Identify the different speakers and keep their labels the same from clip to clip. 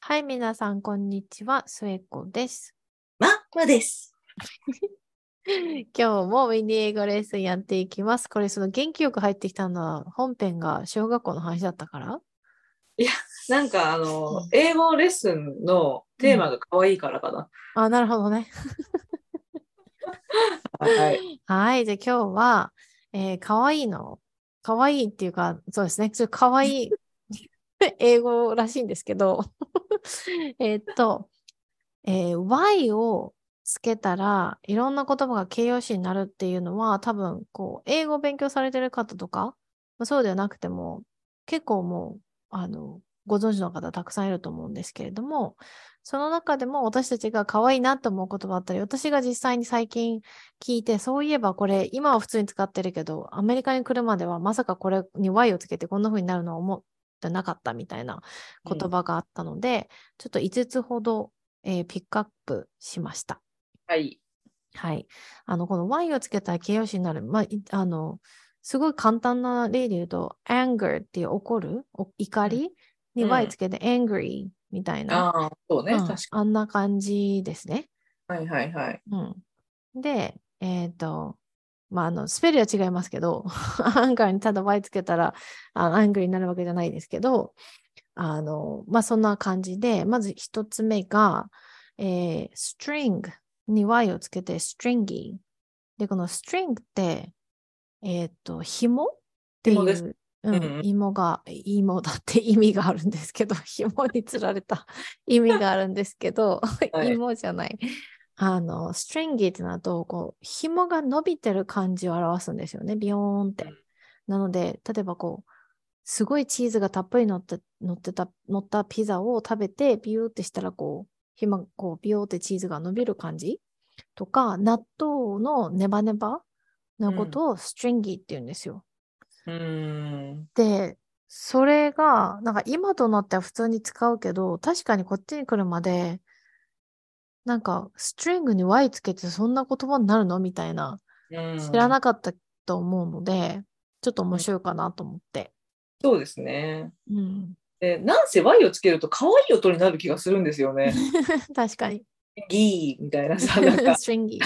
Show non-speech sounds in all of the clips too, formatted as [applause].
Speaker 1: はい、皆さん、こんにちは。末子です。
Speaker 2: ま、まです。
Speaker 1: 今日もウィニー英語レッスンやっていきます。これ、その元気よく入ってきたのは、本編が小学校の話だったから
Speaker 2: なんかあの
Speaker 1: うん、
Speaker 2: 英語レッスンのテーマが可愛いからかな。
Speaker 1: あ、なるほどね。
Speaker 2: はい。
Speaker 1: はい、じゃあ今日は、えー、かわいいの、かわいいっていうか、そうですね、ちょっとかわいい [laughs] 英語らしいんですけど、 [laughs] えーっと、えー Y をつけたら、いろんな言葉が形容詞になるっていうのは、多分、こう、英語を勉強されてる方とか、まあそうではなくても、結構もう、あの、ご存知の方たくさんいると思うんですけれども、その中でも私たちが可愛いなと思う言葉だったり、私が実際に最近聞いて、そういえばこれ、今は普通に使ってるけど、アメリカに来るまではまさかこれに Y をつけてこんな風になるのは思ってなかったみたいな
Speaker 2: うん
Speaker 1: 言葉があったので、ちょっと5つほど、えーピックアップしました。
Speaker 2: はい。
Speaker 1: はい。あの、この Y をつけたら形容詞になる。まあ、いあの、すごい簡単な例で言うと、anger っていう怒る、お怒りに
Speaker 2: うん
Speaker 1: Y つけて angry みたいな。
Speaker 2: ああ、そうね。
Speaker 1: うん
Speaker 2: 確か
Speaker 1: あんな感じですね。
Speaker 2: に。はいはいはい。
Speaker 1: うん、で、えっ、と、まあ、あの、スペルは違いますけど、 [laughs] アンカーにただ Y つけたら、あアングリーになるわけじゃないですけど、あの、まあ、そんな感じで、まず一つ目が、えー、string に Y をつけて stringy。で、この string って、えっ、と、紐ってい
Speaker 2: 紐です
Speaker 1: う、う
Speaker 2: うん
Speaker 1: ん、紐が、 [laughs] 紐だって意味があるんですけど、紐につられた意味があるんですけど、
Speaker 2: はい
Speaker 1: 紐じゃない。あの、ストリンギーってなると、こう、紐が伸びてる感じを表すんですよね、ビヨーンって
Speaker 2: うん。
Speaker 1: なので、例えばこう、すごいチーズがたっぷり乗って、乗ってた、乗ったピザを食べて、ビューってしたら、こう、紐がこう、ビヨーってチーズが伸びる感じとか、納豆のネバネバのことをストリンギーって言うんですよ。
Speaker 2: うーん。
Speaker 1: で、それが、なんか今となっては普通に使うけど、確かにこっちに来るまで、なんかストリングに Y つけてそんな言葉になるのみたいな、知ら
Speaker 2: い。
Speaker 1: なかったと思うので、ちょっと面白いかなと思って。
Speaker 2: そうですね。
Speaker 1: うん。 [laughs]
Speaker 2: で、なんせ Y をつけると可愛い音になる気がするんです
Speaker 1: [laughs]
Speaker 2: よね。
Speaker 1: 確かに。
Speaker 2: ギーみたいなさ、なん
Speaker 1: [laughs]
Speaker 2: か。
Speaker 1: ストリンギ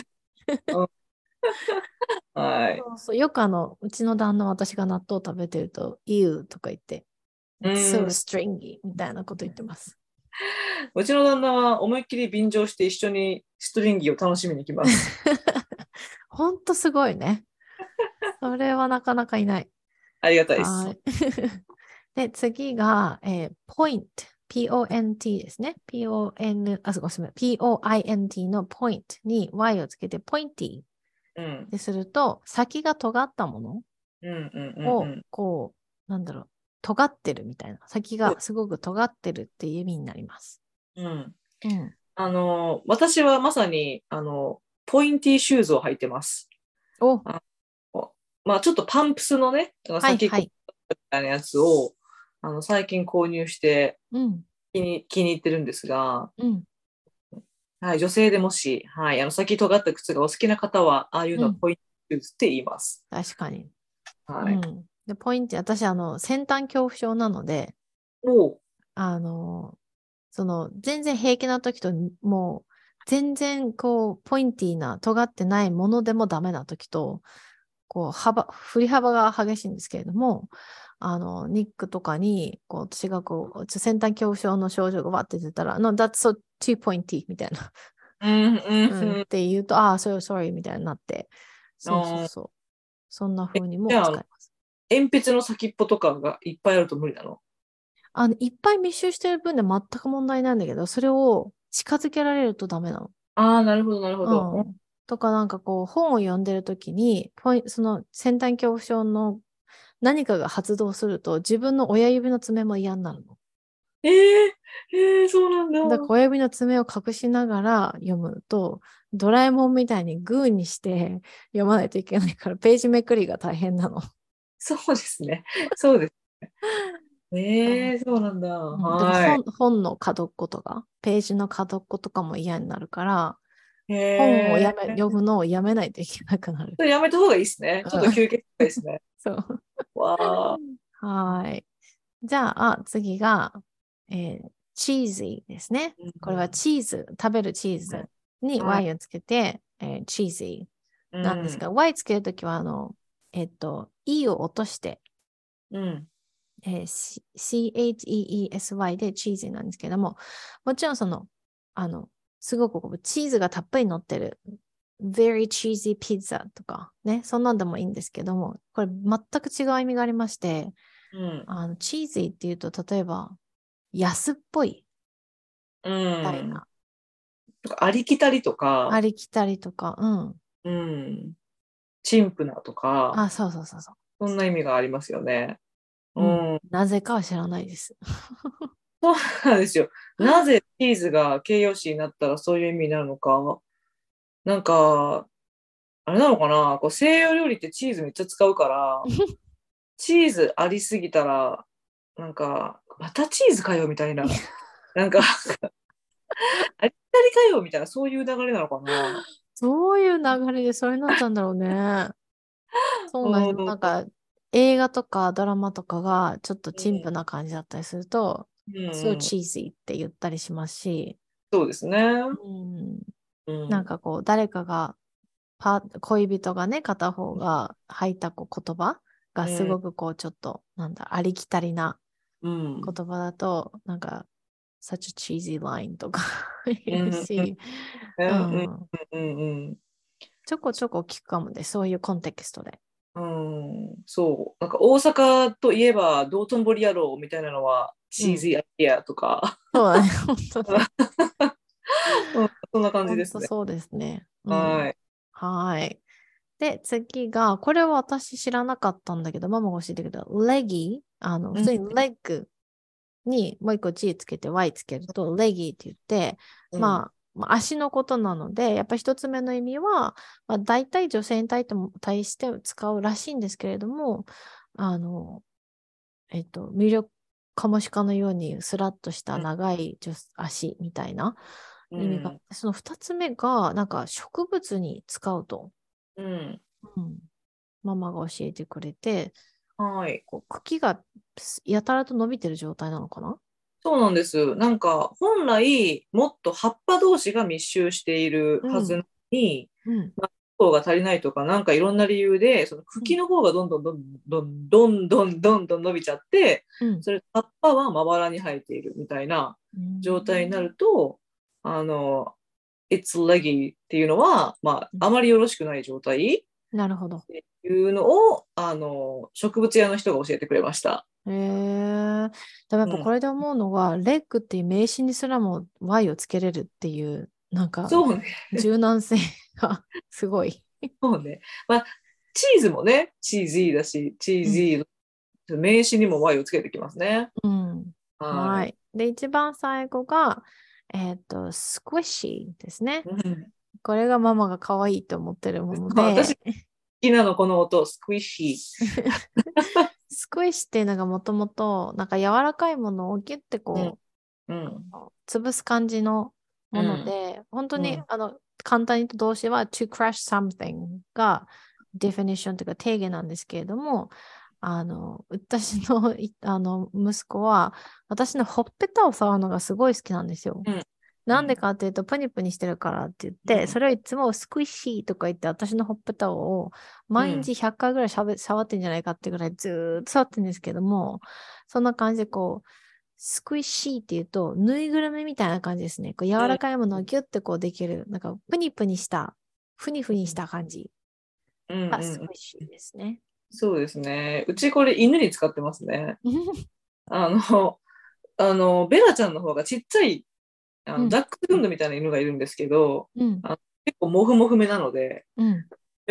Speaker 1: ー。
Speaker 2: はい。
Speaker 1: そうそうよくあの、うちの旦那は私が納豆を食べてると、You とか言って、
Speaker 2: うん
Speaker 1: So stringy みたいなこと言ってます。 [laughs]
Speaker 2: うちの旦那は思いっきり便乗して一緒にストリンギーを楽しみに来ます。
Speaker 1: ほんとすごいね。それはなかなかいない。
Speaker 2: ありがたいです。
Speaker 1: はい。 [laughs] で、次が、えー、point。p-o-n-t ですね。p-o-n、あ、すごいすみません。p-o-i-n-t の point に y をつけて pointy
Speaker 2: うん。
Speaker 1: ですると、先が尖ったも
Speaker 2: うんうんうん
Speaker 1: のを
Speaker 2: うん。、
Speaker 1: こう、なんだろう、尖ってるみたいな。先がすごく尖ってるっていう意味になります。
Speaker 2: うん
Speaker 1: うん。
Speaker 2: あの、私はまさに、あの、ポインティーシューズを履いてます。
Speaker 1: お、は
Speaker 2: あまあ、ちょっとパンプスのね、だか
Speaker 1: い
Speaker 2: ら先っき
Speaker 1: は
Speaker 2: み
Speaker 1: い。
Speaker 2: たいなやつを、あの、最近購入して
Speaker 1: うん、
Speaker 2: 気に気に入ってるんですが、
Speaker 1: うん。
Speaker 2: はい、女性でもし、はい、あの、先尖った靴がお好きな方は、ああいうの
Speaker 1: う
Speaker 2: を
Speaker 1: ん
Speaker 2: ポインティーシューズって言います。
Speaker 1: 確かに。
Speaker 2: は
Speaker 1: う
Speaker 2: い。
Speaker 1: ん。で、ポイント、私、あの、先端恐怖症なので、
Speaker 2: おう
Speaker 1: あの、その、全然平気な時と、もう、全然、こう、ポインティーな、尖ってないものでもダメな時と、こう、幅、振り幅が激しいんですけれども、あの、ニックとかに、こう、私がこう、ちょ先端恐怖症の症状がわって出たら、no, that's so too pointy みたいな、
Speaker 2: うんうん
Speaker 1: う、
Speaker 2: うんん。
Speaker 1: って言うと、ああ、so sorry みたいになって、そうそ
Speaker 2: あ
Speaker 1: う
Speaker 2: ー
Speaker 1: そう。そんな風にも
Speaker 2: じ
Speaker 1: 使い
Speaker 2: ゃあ
Speaker 1: ます。
Speaker 2: 鉛筆の先っぽとかがいっぱいあると無理なの。
Speaker 1: あの、いっぱい密集してる分で全く問題ないんだけど、それを近づけられるとダメなの。
Speaker 2: ああ、なるほど、なるほ
Speaker 1: う
Speaker 2: ど。
Speaker 1: ん、とかなんかこう本を読んでる時にポイその先端恐怖症の何かが発動すると自分の親指の爪も嫌になるの。
Speaker 2: ええええそうなんだ。
Speaker 1: だから親指の爪を隠しながら読むとドラえもんみたいにグーにして読まないといけないからページめくりが大変なの。
Speaker 2: [laughs] そうですね。そうですね。ええそうなんだ。
Speaker 1: でも
Speaker 2: は
Speaker 1: 本本の角っことかページの角っことかも嫌になるから
Speaker 2: い。
Speaker 1: 本をや
Speaker 2: へ
Speaker 1: め
Speaker 2: え
Speaker 1: 読むのをやめないといけなくなる
Speaker 2: ちょ。っとやめ [laughs] た方がいいですね。ちょっと休憩した方がいいですね。
Speaker 1: そう
Speaker 2: わあ。
Speaker 1: はい。じゃあ、次が、えー、チーズイですね。これはチーズ、食べるチーズに
Speaker 2: はい
Speaker 1: Y をつけて、えーチーズイなんですが、Y つけるときは、あの、えっと、E を落として、
Speaker 2: うん、うん
Speaker 1: えー C- CHEESY でチーズイなんですけども、もちろんその、あの、すごくこうチーズがたっぷり乗ってる、very cheesy pizza とかね、そんなんでもいいんですけども、これ全く違う意味がありまして、
Speaker 2: うん
Speaker 1: あのチーズイっていうと、例えば、安っぽい
Speaker 2: うん
Speaker 1: みたいな、
Speaker 2: とかありきたりとか、
Speaker 1: ありきたりとか、うん。
Speaker 2: うん、陳腐なとか、
Speaker 1: あ、そうそうそうそう。
Speaker 2: そんな意味がありますよね。
Speaker 1: う
Speaker 2: うん、
Speaker 1: なぜかは知らないです。
Speaker 2: そうなんですよ。なぜチーズが形容詞になったらそういう意味になるのか、なんか、あれなのかな、こう西洋料理ってチーズめっちゃ使うから、
Speaker 1: [laughs]
Speaker 2: チーズありすぎたら、なんか、またチーズかよみたいな、なんか、ありきたりかよみたいな、そういう流れなのかな。
Speaker 1: そういう流れでそれになったんだろう
Speaker 2: [laughs]
Speaker 1: ね。そうなんです
Speaker 2: う
Speaker 1: よ。
Speaker 2: ん
Speaker 1: なんか、映画とかドラマとかがちょっと陳腐な感じだったりすると、
Speaker 2: うん、
Speaker 1: すごいチーズイって言ったりしますし、
Speaker 2: そうですね。
Speaker 1: うん、
Speaker 2: うん、
Speaker 1: なんかこう、誰かが、パ恋人がね、片方が吐いたこう言葉がすごくこう、ちょっと、なんだ、ありきたりな
Speaker 2: うん、
Speaker 1: 言葉だと、なんか、such a cheesy line とか
Speaker 2: うん
Speaker 1: 言うし、
Speaker 2: う
Speaker 1: うん
Speaker 2: うん
Speaker 1: ん、
Speaker 2: うん
Speaker 1: ちょこちょこ聞くかもね、そういうコンテキストで。
Speaker 2: うん、うんそうなんか大阪といえば道頓堀野郎みたいなのはチーズイアイアとか、
Speaker 1: そう [laughs] だね、本当に。
Speaker 2: うん [laughs] そんな感じ
Speaker 1: 本
Speaker 2: です
Speaker 1: 当
Speaker 2: ね。
Speaker 1: そうですね。うん
Speaker 2: はい、
Speaker 1: はい。で、次が、これは私知らなかったんだけど、ママが教えてくれた、レギー、あの、
Speaker 2: ん
Speaker 1: 普通にレッグにもう一個 G つけて Y つけると、レギーって言って、まあ、まあ足のことなので、やっぱ一つ目の意味は、まあ、大体女性に対しても対して使うらしいんですけれども、あの、えっと、魅力カモシカのようにスラッとした長い女足みたいな
Speaker 2: うん、
Speaker 1: 意味があって、その二つ目が、なんか植物に使うと、
Speaker 2: うん、
Speaker 1: うんママが教えてくれて、
Speaker 2: はい、
Speaker 1: こう茎がやたらと伸びてる状態なのかな
Speaker 2: そうなんです。なんか本来もっと葉っぱ同士が密集しているはずなのに、
Speaker 1: うん。
Speaker 2: 方が足りないとか、なんかいろんな理由で、その茎の方がどんどんどんどんどんどんどんどん伸びちゃって、
Speaker 1: うん
Speaker 2: それ葉っぱはまばらに生えているみたいな状態になると、あの、it's leggy っていうのは、ま
Speaker 1: うん
Speaker 2: あ、あまりよろしくない状態
Speaker 1: なるほど。
Speaker 2: っていうのを、あの、植物屋の人が教えてくれました。
Speaker 1: へえ。でもやっぱ
Speaker 2: うん
Speaker 1: これで思うのは、レッグっていう名詞にすらも Y をつけれるっていう、なんか
Speaker 2: そうね、
Speaker 1: 柔軟性 [laughs] がすご
Speaker 2: [laughs]
Speaker 1: い。
Speaker 2: そうね。まあ、チーズもね、チーズーだし、チーズー、名詞にも Y をつけてきますね。。
Speaker 1: うん。はいい。で、一番最後が、えーっと、スクイッシーですね。
Speaker 2: うん
Speaker 1: これがママが可愛いと思ってるもので。
Speaker 2: 私好きなのこの音、スクイッシ
Speaker 1: スクイッシュっていうのがもともとなんか柔らかいものをギュッてこ
Speaker 2: ー。うん。
Speaker 1: う、潰す感じのもので、本当に、
Speaker 2: うん
Speaker 1: あの簡単に言うと動詞は to crush something が definition というか定義なんですけれどもあの私のいあの息子は私のほっぺたを触るのがすごい好きなんですよ。
Speaker 2: うん
Speaker 1: なんでかっていうと、プニプニしてるからって言って、
Speaker 2: うん
Speaker 1: それをいつもスクイッシーとか言って、私のほっぺたを毎日100回ぐらいしゃべ触ってんじゃないかってぐらいずーっと触ってるんですけども、そんな感じでこう、スクイッシーっていうと、ぬいぐるみみたいな感じですね。こう柔らかいものをギュッてこうできる、なんかプニプニした、ふにふにした感じ
Speaker 2: うんうん
Speaker 1: が
Speaker 2: う
Speaker 1: スクイ
Speaker 2: ん
Speaker 1: ッシーですね。
Speaker 2: そうですね。うちこれ犬に使ってますね。あの、 [laughs] あの、ベラちゃんの方がちっちゃい、あ
Speaker 1: うん
Speaker 2: のダックスフンドみたいな犬がいるんですけど、
Speaker 1: うん、
Speaker 2: 結構モフモフめなので、
Speaker 1: うん。
Speaker 2: ぬ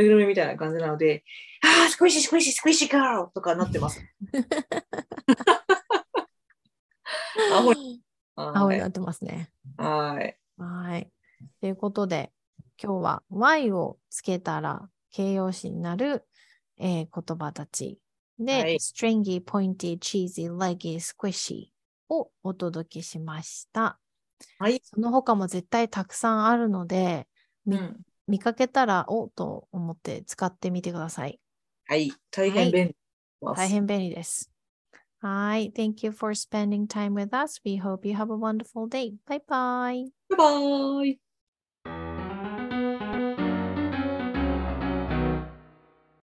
Speaker 2: いぐるみみたいな感じなので、あー、スクイッシー、スクイッシー、スクイッシーガールとかなってます。
Speaker 1: [laughs]
Speaker 2: 青い
Speaker 1: 青
Speaker 2: は。
Speaker 1: にないってますね。
Speaker 2: はい。
Speaker 1: はい。ということで、今日は Y をつけたら形容詞になる、えー言葉たちで、
Speaker 2: はい
Speaker 1: stringy, pointy, cheesy, leggy, squishy をお届けしました。
Speaker 2: はい。
Speaker 1: その他も絶対たくさんあるので、み
Speaker 2: うん
Speaker 1: 見かけたらおと思って使ってみてください。
Speaker 2: はい。大変便利です。
Speaker 1: 大変便利です。はい。Thank you for spending time with us. We hope you have a wonderful day. Bye bye.
Speaker 2: バイバイ。